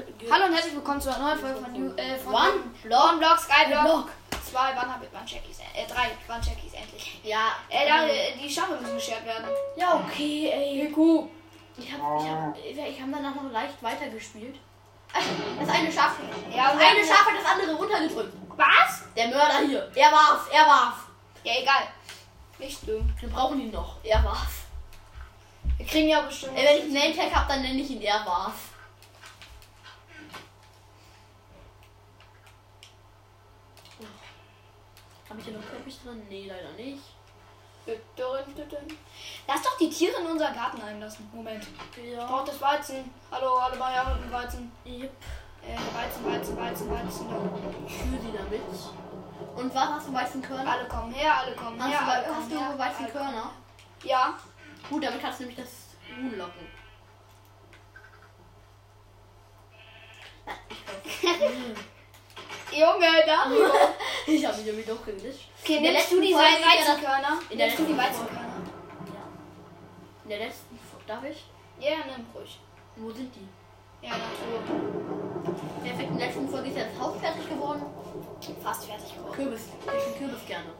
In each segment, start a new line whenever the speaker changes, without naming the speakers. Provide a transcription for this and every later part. und herzlich willkommen zu einer neuen Folge von, New, äh, von
One
One Block Skyblock.
Block.
Zwei Wann mit One-Checkies. Äh, drei One-Checkies endlich.
Ja.
Äh, da, äh, die Schafe müssen geschert werden.
ja, okay, ey. Kuh. Ich hab, ich hab, ich hab danach noch leicht weitergespielt. Das eine Schaf.
Ja,
das
wir-
eine Schaf hat das andere runtergedrückt.
Was?
Der Mörder hier. Er warf, er warf.
Ja, egal. Nicht dumm.
Wir brauchen ihn noch. Er warf.
Wir kriegen ja bestimmt.
Ey, wenn ich einen Nametag hab, dann nenne ich ihn er warf. Habe Oh. ich hier noch Köpfchen drin? Nee, leider nicht.
Lass doch die Tiere in unseren Garten einlassen. Moment.
Ja.
Braucht Oh, das Weizen. Hallo, alle Bayern mit dem Weizen.
Yep.
Äh, Weizen, Weizen, Weizen, Weizen. Da.
Führ die damit. Und was hast du Weizenkörner?
Alle kommen her, alle kommen
Hast,
her. alle
du,
kommen
hast du
her, alle-
Weizenkörner?
Ja.
Gut, damit kannst du nämlich das Huhn locken.
Junge, Dario.
Ich habe mich irgendwie doch gewischt.
Okay,
In der
nimmst du die
letzten Folge ist ja das-
Weizenkörner?
in der
Nimmst du die
letzten
Weizenkörner?
Ja. In der letzten Folge. Darf ich?
Ja, nimm ruhig.
Wo sind die?
Ja, Natur.
Perfekt, in der letzten Folge ist ja das Haus fertig geworden.
Fast fertig geworden.
Kürbis. Ich will Kürbis gerne.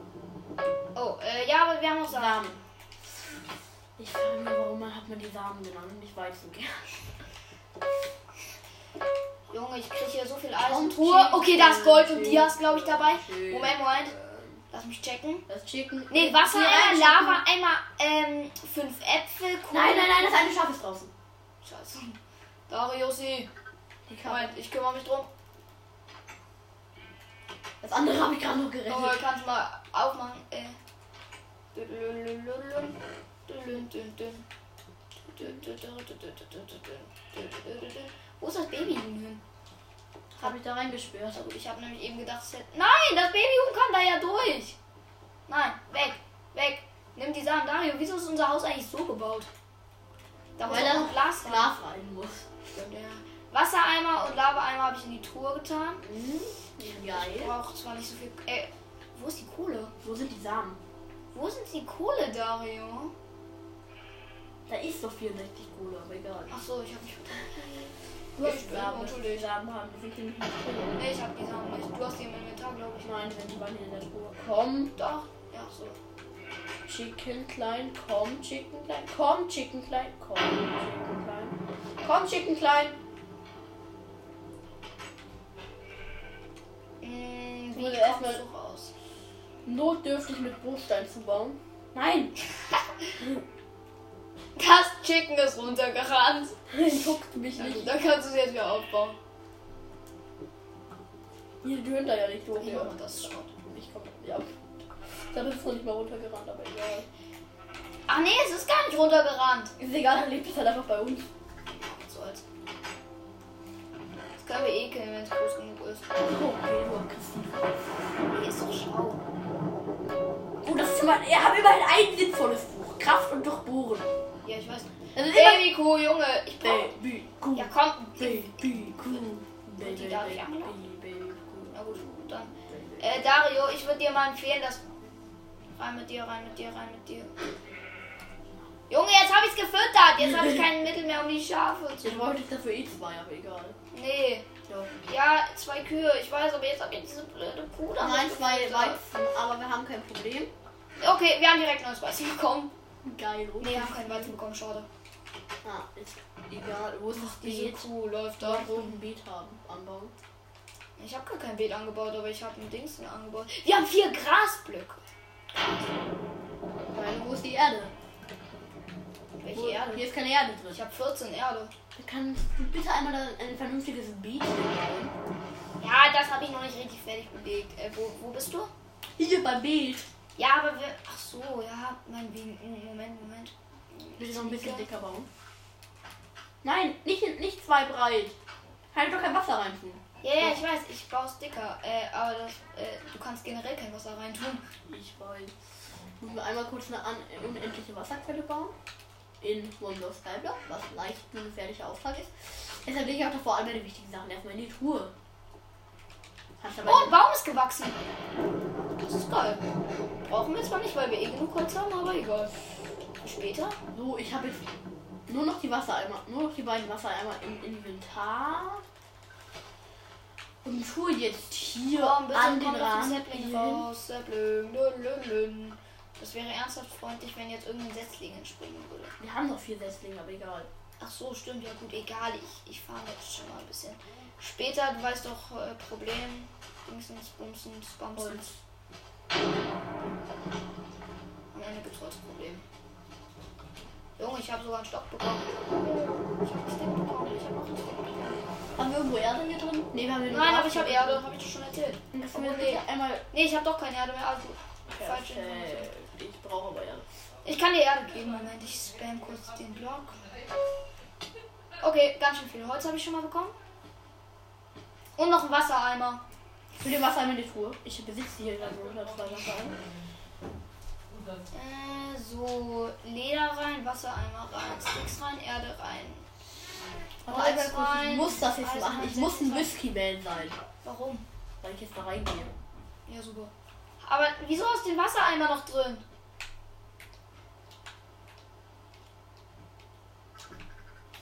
Oh, äh, ja, aber wir haben auch Samen.
Samen. Ich frage mich, warum man hat man die Samen genannt und nicht Weizen gern.
Junge, ich kriege hier so viel Eisen.
Und
Ruhe.
Chicken.
Okay, da ist Gold und Dias, glaube ich, dabei.
Schön.
Moment, Moment. Lass mich checken.
Das Chicken.
Nee, Wasser
Hier
einmal,
reinschicken.
Lava einmal, ähm, fünf Äpfel, Kohle.
Nein, nein, nein, das eine Schaf ist draußen.
Scheiße. Dariusi.
Die Kappe.
Moment, ich kümmere mich drum.
Das andere habe ich gerade noch
Junge,
gerettet.
kannst du mal aufmachen? Äh. Dülülülülüm. Dülün, dün, dün. Dün, dün, dün, dün, dün, dün, dün, dün, dün, dün, dün. Wo ist das Baby hin?
Habe ich da reingespürt.
Also ich habe nämlich eben gedacht, es hätte... Nein, das Babyhuhn kann da ja durch. Nein, weg, weg. Nimm die Samen, Dario. Wieso ist unser Haus eigentlich so gebaut? Da war
Weil
ja
da
noch Glas rein.
Glas rein muss.
Stimmt, ja. Wassereimer und Lavaeimer habe ich in die Truhe getan.
Mhm. Geil.
Braucht zwar nicht so viel... Äh, wo ist die Kohle?
Wo sind die Samen?
Wo sind die Kohle, Dario?
Da ist doch 64 Kohle, aber egal.
Ach so, ich habe mich...
Du hast
Ich
Samen,
bin
natürlich. Samen haben, sind nämlich nicht Kohle.
Nee, ich habe die Samen nicht. Du hast die im Inventar, glaube ich.
Nein, wenn die waren hier in der Truhe. Komm,
Doch. Ja, so.
Chicken klein, komm, Chicken klein, komm, Chicken klein, komm, Chicken klein. Komm, Chicken klein.
Mm,
Wurde
wie
erstmal-
kommst du raus?
Notdürftig mit Bruchstein zu bauen. Nein!
Das Chicken ist runtergerannt.
Juckt mich nicht.
Da kannst du es jetzt wieder aufbauen.
Hier dürnt da ja nicht hoch.
Ich hoffe, das schaut.
Ich komm, ja. Da bist du nicht mal runtergerannt, aber egal.
Ach nee, es ist gar nicht runtergerannt.
Ist egal, dann lebt es halt einfach bei uns.
Was soll's. Das können wir ekeln, wenn es groß genug ist.
Oh, Okay, du Christine.
Nee, ist doch schlau.
Oh, das ist immer. Ich habe immerhin ein sinnvolles Buch. Kraft und Durchbohren.
Ja, ich weiß.
Das ist immer. Oh.
Baby Kuh, Junge. Ich brauch.
Baby, cool.
Ja, komm.
Baby, cool.
Die
Baby,
darf ich
baby,
anlocken?
baby, cool.
Na gut, dann. Äh, Dario, ich würde dir mal empfehlen, dass. Rein mit dir, rein mit dir, rein mit dir. Junge, jetzt habe ich's gefüttert. Jetzt habe ich kein Mittel mehr, um die Schafe zu.
Ich wollte ich dafür eh zwei, aber egal.
Nee.
Ja.
Ja, zwei Kühe. Ich weiß, aber jetzt habe ich diese blöde Kuh da.
Nein, zwei
gefüttert.
Weizen, aber wir haben kein Problem.
Okay, wir haben direkt neues Weizen bekommen.
Geil, oder?
Nee, wir haben kein Weizen bekommen, schade.
Ah, ist egal, wo ist das
Diese
Beet?
Kuh läuft da
Da wo
rum.
ein Beet haben, anbauen.
Ich habe gar kein Beet angebaut, aber ich habe ein Dings angebaut. Wir haben vier Grasblöcke.
Weil, wo ist die Erde?
Welche
Wo-
Erde?
Hier ist keine Erde
Ich
drin.
habe 14 Erde.
Kannst du bitte einmal da ein vernünftiges Beet bauen?
Ja, das habe ich noch nicht richtig fertig belegt. Äh, wo, wo bist du?
Hier beim Beet.
Ja, aber wir. Ach so, ja, meinetwegen. Mm, Moment, Moment.
Willst du noch ein bisschen dicker bauen? Nein, nicht, nicht zwei breit. Halt doch kein Wasser rein tun.
Ja, ja, ich weiß, ich baue es dicker. Äh, aber das, äh, du kannst generell kein Wasser reintun.
Ich weiß. Müssen wir einmal kurz eine an unendliche Wasserquelle bauen. In Windows Skyblock, was leicht ein gefährlicher Auftrag ist. Deshalb lege ich auch davor all meine wichtigen Sachen erstmal in die Truhe. Hast aber
Oh, ein Baum ist gewachsen. Das ist geil. Brauchen wir zwar nicht, weil wir eh genug Holz haben, aber egal. Später?
so, ich habe jetzt nur noch die Wassereimer, nur noch die beiden Wassereimer im Inventar. Und tue jetzt hier
Komm, bitte
an den
komm auf den
Rahmen.
Sapling raus. Sapling. Lün, lün, lün. Das wäre ernsthaft freundlich, wenn jetzt irgendein Setzling entspringen würde.
Wir haben noch vier Setzlinge, aber egal.
Ach so, stimmt, ja gut, egal. Ich, ich fahre jetzt schon mal ein bisschen. Später, du weißt doch, äh, Problem. Dingsens, Bumsens,
Und
Bumsens. Am Ende gibt's heute Problem. Junge, ich habe sogar einen Stock bekommen. Ich habe einen Stick bekommen. Ich habe auch einen Stick bekommen.
haben wir irgendwo Erde hier drin? Nee, wir haben hier nur
Nein, aber
Gras
ich habe
drin.
Erde, habe ich dir schon erzählt.
Und das haben wir
Obwohl,
bitte
nee.
einmal.
Nee, ich habe doch keine Erde mehr. Also, falsche Information.
Perfekt. Ich brauche aber Erde.
Ich kann dir Erde geben. Moment, ich spam kurz den Block. Okay, ganz schön viel Holz habe ich schon mal bekommen. Und noch ein Wassereimer.
Für den Wassereimer in die Truhe. Ich besitze hier gerade 102 Wassereimer.
Äh, so, Leder rein, Wassereimer rein, Sticks rein, Erde rein.
Aber einmal
Holz
kurz,
rein,
ich muss das jetzt
Eisen
machen.
rein,
Ich muss ein
Sechs rein.
Whisky-Man sein,
Warum?
weil ich jetzt da reingehe.
Ja, super. Aber wieso ist den Wassereimer noch drin?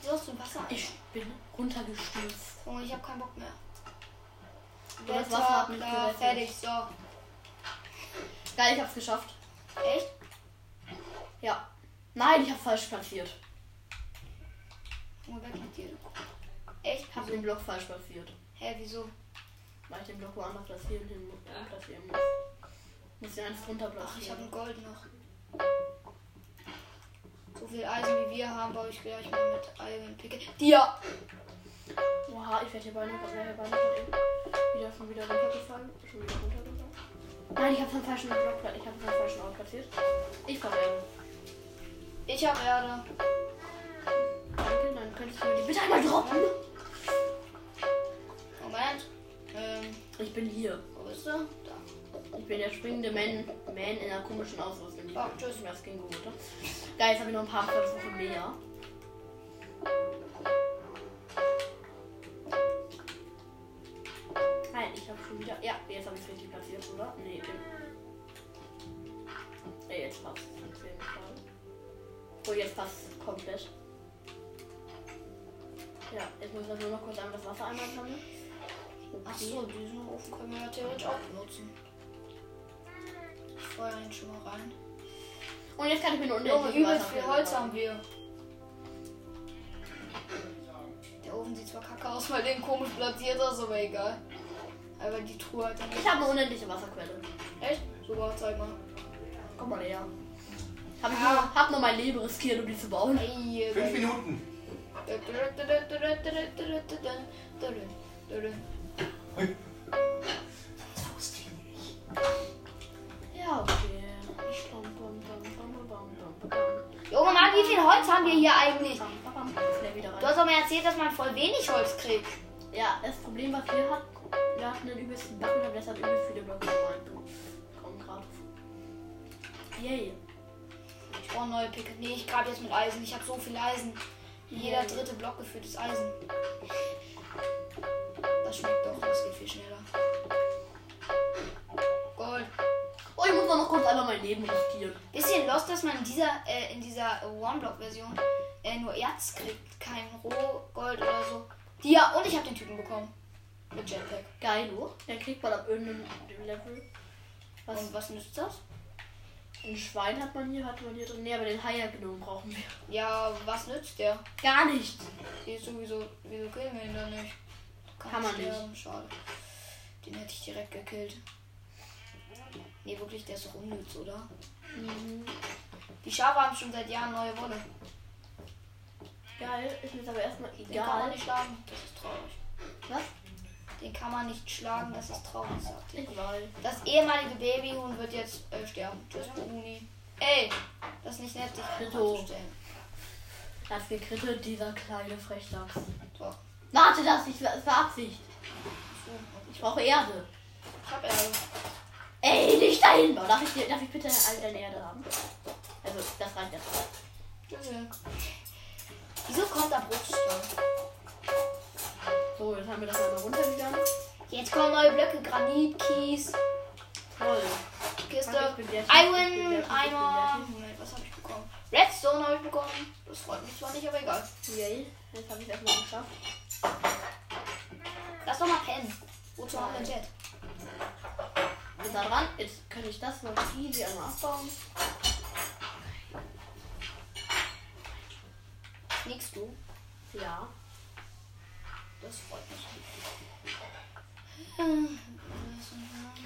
Wieso ist den Wassereimer?
Ich bin runtergestürzt.
Junge, ich hab keinen Bock mehr.
das Wasser hat mich
klar,
gerettet.
fertig, so.
Geil, ich hab's geschafft.
Echt?
Ja. Nein, ich hab falsch platziert.
Junge, weg mit dir. du Kuh. Echt?
Ich hab den Block falsch platziert.
Hä, wieso?
Weil ich den Block woanders platzieren, hin äh, platzieren muss. Muss den einfach runter
Ach, ich
platzieren.
habe ein Gold noch. So viel Eisen wie wir haben, baue ich gleich mal mit eigenen Pickel. Dir!
Oha, ich werde hier beinahe, beinahe, beinahe von- wieder schon wieder runtergefallen. Schon wieder runtergefallen. Nein, ich habe den falschen Block platziert. Ich habe den falschen Ort platziert. Ich komme rein.
Ich habe Erde.
Danke, dann könntest du mir die bitte einmal droppen.
Moment. Ähm,
Ich bin hier.
wo bist du? Da.
Ich bin der springende Man, Man in einer komischen Ausrüstung.
Oh,
tschüss, mir das ging gut. Oder? Geil, jetzt habe ich noch ein paar Versuche mehr. Nein, ich habe schon wieder. Ja, jetzt habe ich es richtig platziert, oder? Nee, im- nee jetzt passt es auf jeden Fall. Oh, jetzt passt es komplett. Ja, jetzt muss ich das nur noch kurz einmal das Wasser einmal sammeln.
Ach so, diesen Ofen können wir ja theoretisch auch benutzen. Ich feuer ihn schon mal rein.
Und jetzt kann ich mir nur
Junge,
unendlich
übelst
Wasser
viel Holz
machen.
haben wir. Der Ofen sieht zwar kacke aus, weil der komisch platziert ist, aber egal. Aber die Truhe hat dann
Ich habe eine unendliche Wasserquelle.
Echt? Super, zeig mal.
Komm mal her. Hab, ich
Ah.
nur, hab nur mein Leben riskiert, um die zu bauen.
Ey,
Fünf
geil.
Minuten.
Das wusste ich nicht.
Ja, okay. Bam, bam, bam, bam, bam, bam, bam.
Junge Mann, wie viel Holz haben wir hier eigentlich?
Bam, bam, bam. Schnell wieder
Du
rein.
hast doch mir erzählt, dass man voll wenig Holz kriegt.
Ja, das Problem, was wir hatten, wir hatten den übelsten Bug und haben deshalb übelst viele Blöcke gemeint. Komm gerade. Yay.
Ich brauche Oh, neue Pickel. Nee, ich grab jetzt mit Eisen. Ich habe so viel Eisen. Jeder dritte Block gefülltes Eisen. Das schmeckt doch. Das geht viel schneller. Gold.
Oh, ich muss doch noch kurz einmal mein Leben riskieren.
Bisschen lost, dass man in dieser, äh, in dieser One-Block-Version äh, nur Erz kriegt. Kein Rohgold oder so. Die, ja, und ich habe den Typen bekommen. Mit Jetpack.
Geilo. Dann kriegt man ab irgendeinem Level. Was?
Und was nützt das?
Ein Schwein hat man hier, hat man hier drin. Nee, aber den Haier genommen brauchen wir.
Ja, was nützt der?
Gar nichts.
Die ist sowieso. Wieso killen wir ihn dann nicht?
Kann man
nicht. Schade. Den hätte ich direkt gekillt. Nee, wirklich, der ist doch unnütz, oder?
Mhm.
Die Schafe haben schon seit Jahren neue Wolle.
Geil, ist mir jetzt aber erstmal
Den kann man
egal.
nicht schlagen. Das ist traurig.
Was?
Den kann man nicht schlagen, das ist traurig, sagt er.
Ich weiß.
Das ehemalige Babyhuhn wird jetzt äh, sterben. Tschüss, Bruni. Ey, das ist nicht nett, dich
Ditto.
anzustellen.
Das gekrittet, dieser kleine Frechdachs.
So. so.
Warte, das ich das war Absicht. Ich brauche Erde.
Ich hab Erde.
Ey, nicht dahin! Bau. Darf ich, dir- darf ich bitte all deine Erde haben? Also, das reicht jetzt.
Tschüss. Wieso kommt da Bruchstein?
So, jetzt haben wir das einmal runtergegangen.
Jetzt kommen neue Blöcke. Granit, Kies,
Toll.
Kiste.
Ich bin sehr schlecht, ich bin sehr
Iron,
schlecht,
Eimer.
ich
Moment, was habe ich bekommen? Redstone habe ich bekommen. Das freut mich zwar nicht, aber egal.
bin sehr schlecht. Yay, jetzt habe ich es erstmal geschafft.
Lass doch mal pennen. Wozu haben wir Jet?
Und daran, jetzt kann ich das noch easy einmal abbauen.
Nickst du?
Ja.
Das freut mich.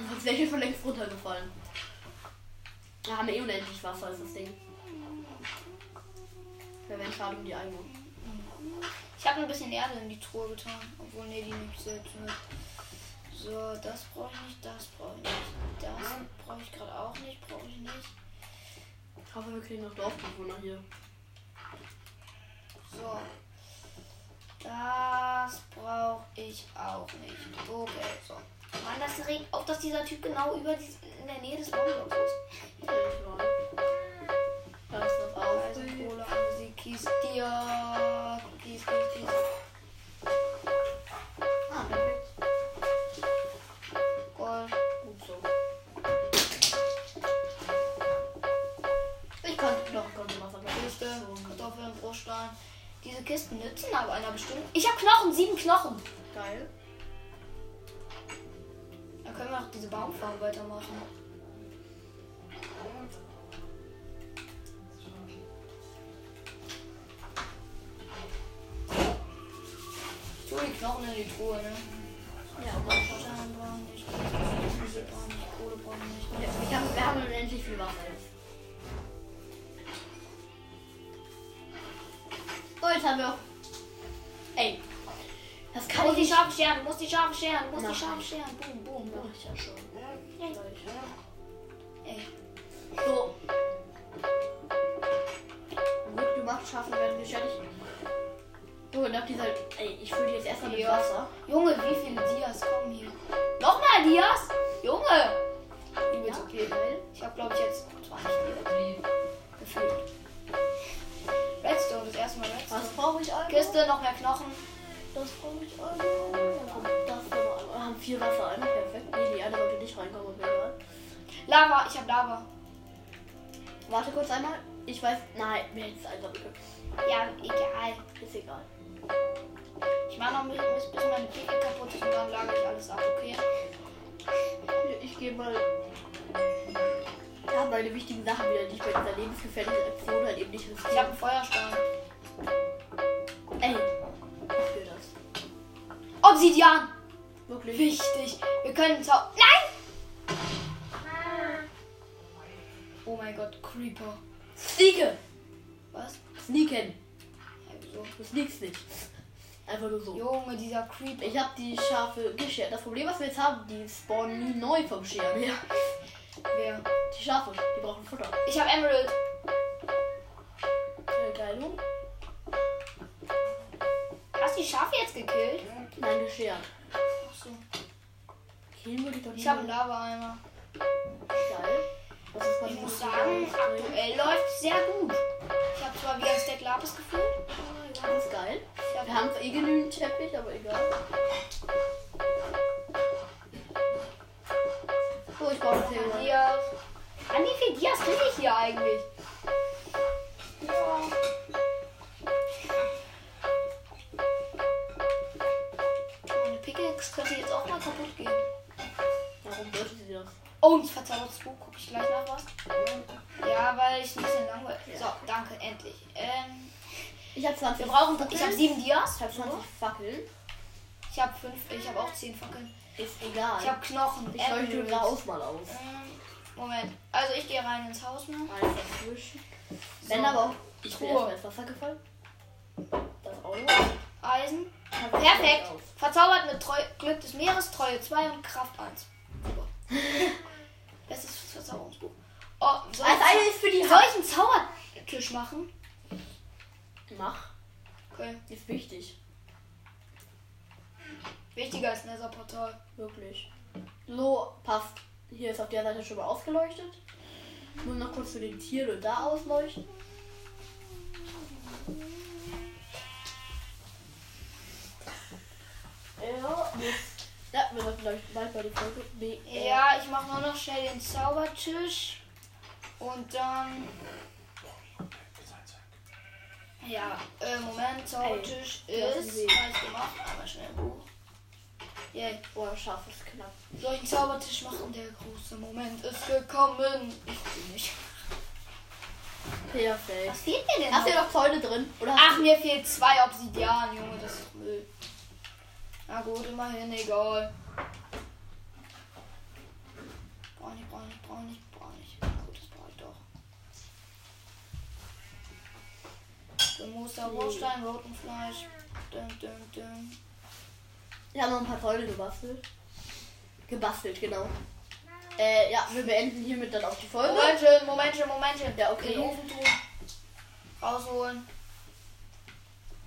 Sonst wäre ich hier schon längst runtergefallen. Da haben wir eh unendlich Wasser, ist das Ding. Wäre wenn schade um die Eimer.
Ich habe ein bisschen Erde in die Truhe getan, obwohl nee, die nicht selbst mit. So, das brauche ich nicht, das brauche ich nicht. Das brauche ich gerade auch nicht, brauche ich nicht.
Ich hoffe, wir kriegen noch Dorfbewohner hier.
So. Das brauche ich auch nicht. Okay, so. Mann, das regt auch, dass dieser Typ genau über dies- in der Nähe des Baumblocks ist.
Ja, ich war. Da ist das
Also
auch.
Kohle, Musik, Kies, Dia, Kies, Kies, Kies.
Ah, perfekt.
Gold.
Gut so. Ich konnte noch konnte Wasser
Kiste,
So,
Kartoffeln, Bruchstein. Diese Kisten nützen aber einer bestimmten. Ich habe Knochen, sieben Knochen.
Geil.
Da können wir auch diese Baumfarm weitermachen. Ich tue die Knochen in die Truhe, ne?
Ja, mach schon.
Stein brauchen nicht, Kiesel brauchen nicht, Kohle brauchen nicht.
Ja, Ich hab, wir haben unendlich viel Wasser jetzt. So, jetzt haben wir auch. Ey. Das
Du
kann ich
musst die
nicht.
Schafe scheren, du musst die Schafe scheren, du musst die
Nein.
Schafe scheren. Boom, boom, boom.
Mach ich ja schon. ne?
Ey,
So. Gut gemacht, schaffen werden wir fertig. So, und ab dieser. Ey, ich fühle jetzt erstmal mit
Ja.
Wasser.
Junge, wie viele Dias kommen hier? Nochmal Dias? Junge! Übelst okay.
geil.
Ich habe, glaube ich, jetzt 20 Dias. Gefühlt. Redstone, das erste Mal Redstone.
Was brauche ich alles?
Kiste, noch mehr Knochen.
Das brauche ich alles. Das brauche wir haben viel Wasser ein. Perfekt. Nee, die Erde sollte nicht reinkommen. aber egal.
Lava, ich habe Lava.
Warte kurz einmal. Ich weiß. Nein, mir hätte es einfach geglückt.
Ja, egal.
Ist egal.
Ich mache noch ein bisschen, bis meine Pickel kaputt ist und dann lagere ich alles ab, okay?
Ich gehe mal. Ja, meine wichtigen Sachen wieder, die ich bei dieser lebensgefährlichen Aktion halt eben nicht
Ich habe
riskieren.
einen Feuerstein.
Ey. Ich will das.
Obsidian!
Wirklich.
Wichtig. Wir können Zau... Nein! Oh mein Gott, Creeper.
Sneaken.
Was?
Sneaken.
Ja, wieso?
Du sneakst nicht. Einfach nur so.
Junge, dieser Creeper.
Ich habe die Schafe geschert. Das Problem, was wir jetzt haben, die spawnen nie neu vom Scheren her.
Wer?
Die Schafe, die brauchen Futter.
Ich habe Emerald.
Äh, Kleidung?
Hast du die Schafe jetzt gekillt?
Nein, geschert.
Achso.
Killen würde ich doch nicht.
Ich habe einen Lava-Eimer.
Geil. Das ist was
Ich muss
ich
sagen,
sagen.
aktuell läuft sehr gut. Ich habe zwar wieder ein Stack Lapis gefüllt. aber egal.
Das ist geil.
Ich hab-
Wir haben zwar eh genügend Teppich, aber egal. So, ich brauche das hier mal.
Dias. An wie viele Dias kriege ich hier eigentlich? Meine Pickaxe könnte jetzt auch mal kaputt gehen.
Warum dürfen sie das?
Oh, ich verzaubertes Buch. Guck ich gleich nach was. Ja, weil ich ein bisschen langweilig. So, danke, endlich. Ähm,
Ich habe 20.
wir brauchen. Ich habe
Fackeln.
sieben Dias.
Ich habe 20 Fackeln.
Ich habe fünf. Ich habe auch zehn Fackeln.
Ist egal.
Ich habe Knochen.
ich leuchte
Emeralds.
unser Haus mal aus.
Ähm, Moment. Also ich gehe rein ins Haus ne? mal.
Alles dazwischen. Wenn aber auch. Ich bin
Ruhe.
erstmal ins Wasser gefallen. Das auch noch.
Eisen.
Ich hab-
Perfekt. Verzaubert mit Treu Glück des Meeres, Treue 2 und Kraft 1. Super. Bestes Verzauberungsbuch. Oh, soll
Als eines
ich,
Also, für die
soll ich einen Zaubertisch machen?
Mach.
Okay.
Ist wichtig.
Wichtiger ist Netherportal.
Wirklich. So, passt. Hier ist auf der Seite schon mal ausgeleuchtet. Nur noch kurz für den Tier und da ausleuchten. Ja, jetzt- ja, wir sollten gleich bald bei der Folge. B äh,
Ja, ich mache nur noch schnell den Zaubertisch. Und dann. Ja, äh, Moment, Zaubertisch
Ey, lass ihn
ist.
sehen.
Hab ich gemacht. Einmal schnell hoch. Yay.
Boah, scharf Oh, ist knapp.
Soll ich einen Zaubertisch machen? Der große Moment ist gekommen. Ich bin nicht.
Perfekt.
Was fehlt dir denn
Hast du
noch?
ja noch Zäune drin? Oder hast
Ach, mir fehlt zwei Obsidian, Junge. Das ist Müll. Na gut, immerhin, egal. Brauch nicht, brauch nicht, brauch nicht, brauch nicht. Na gut, das brauch ich doch. Gemooster Wurstein, Rotenfleisch. Düm, düm, düm.
Ich habe noch ein paar Zäune gebastelt. Gebastelt, genau. Äh, ja, wir beenden hiermit dann auch die Folge.
Momentchen, Momentchen, Momentchen.
Ja, okay.
In den Ofen tun. Rausholen.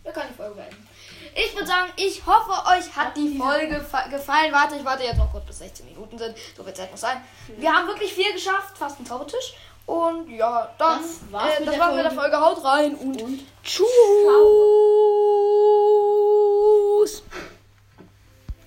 Wir können die Folge beenden. Ich würde sagen, ich hoffe, euch hat die Folge fa- gefallen. Warte, ich warte jetzt noch kurz, bis 16 Minuten sind. So wird es halt noch sein. Wir haben wirklich viel geschafft, fast einen Zaubertisch. Und ja, dann
Das war's mit
das
der
war's mit der
Folge.
Folge. Haut rein und,
Und
tschüss.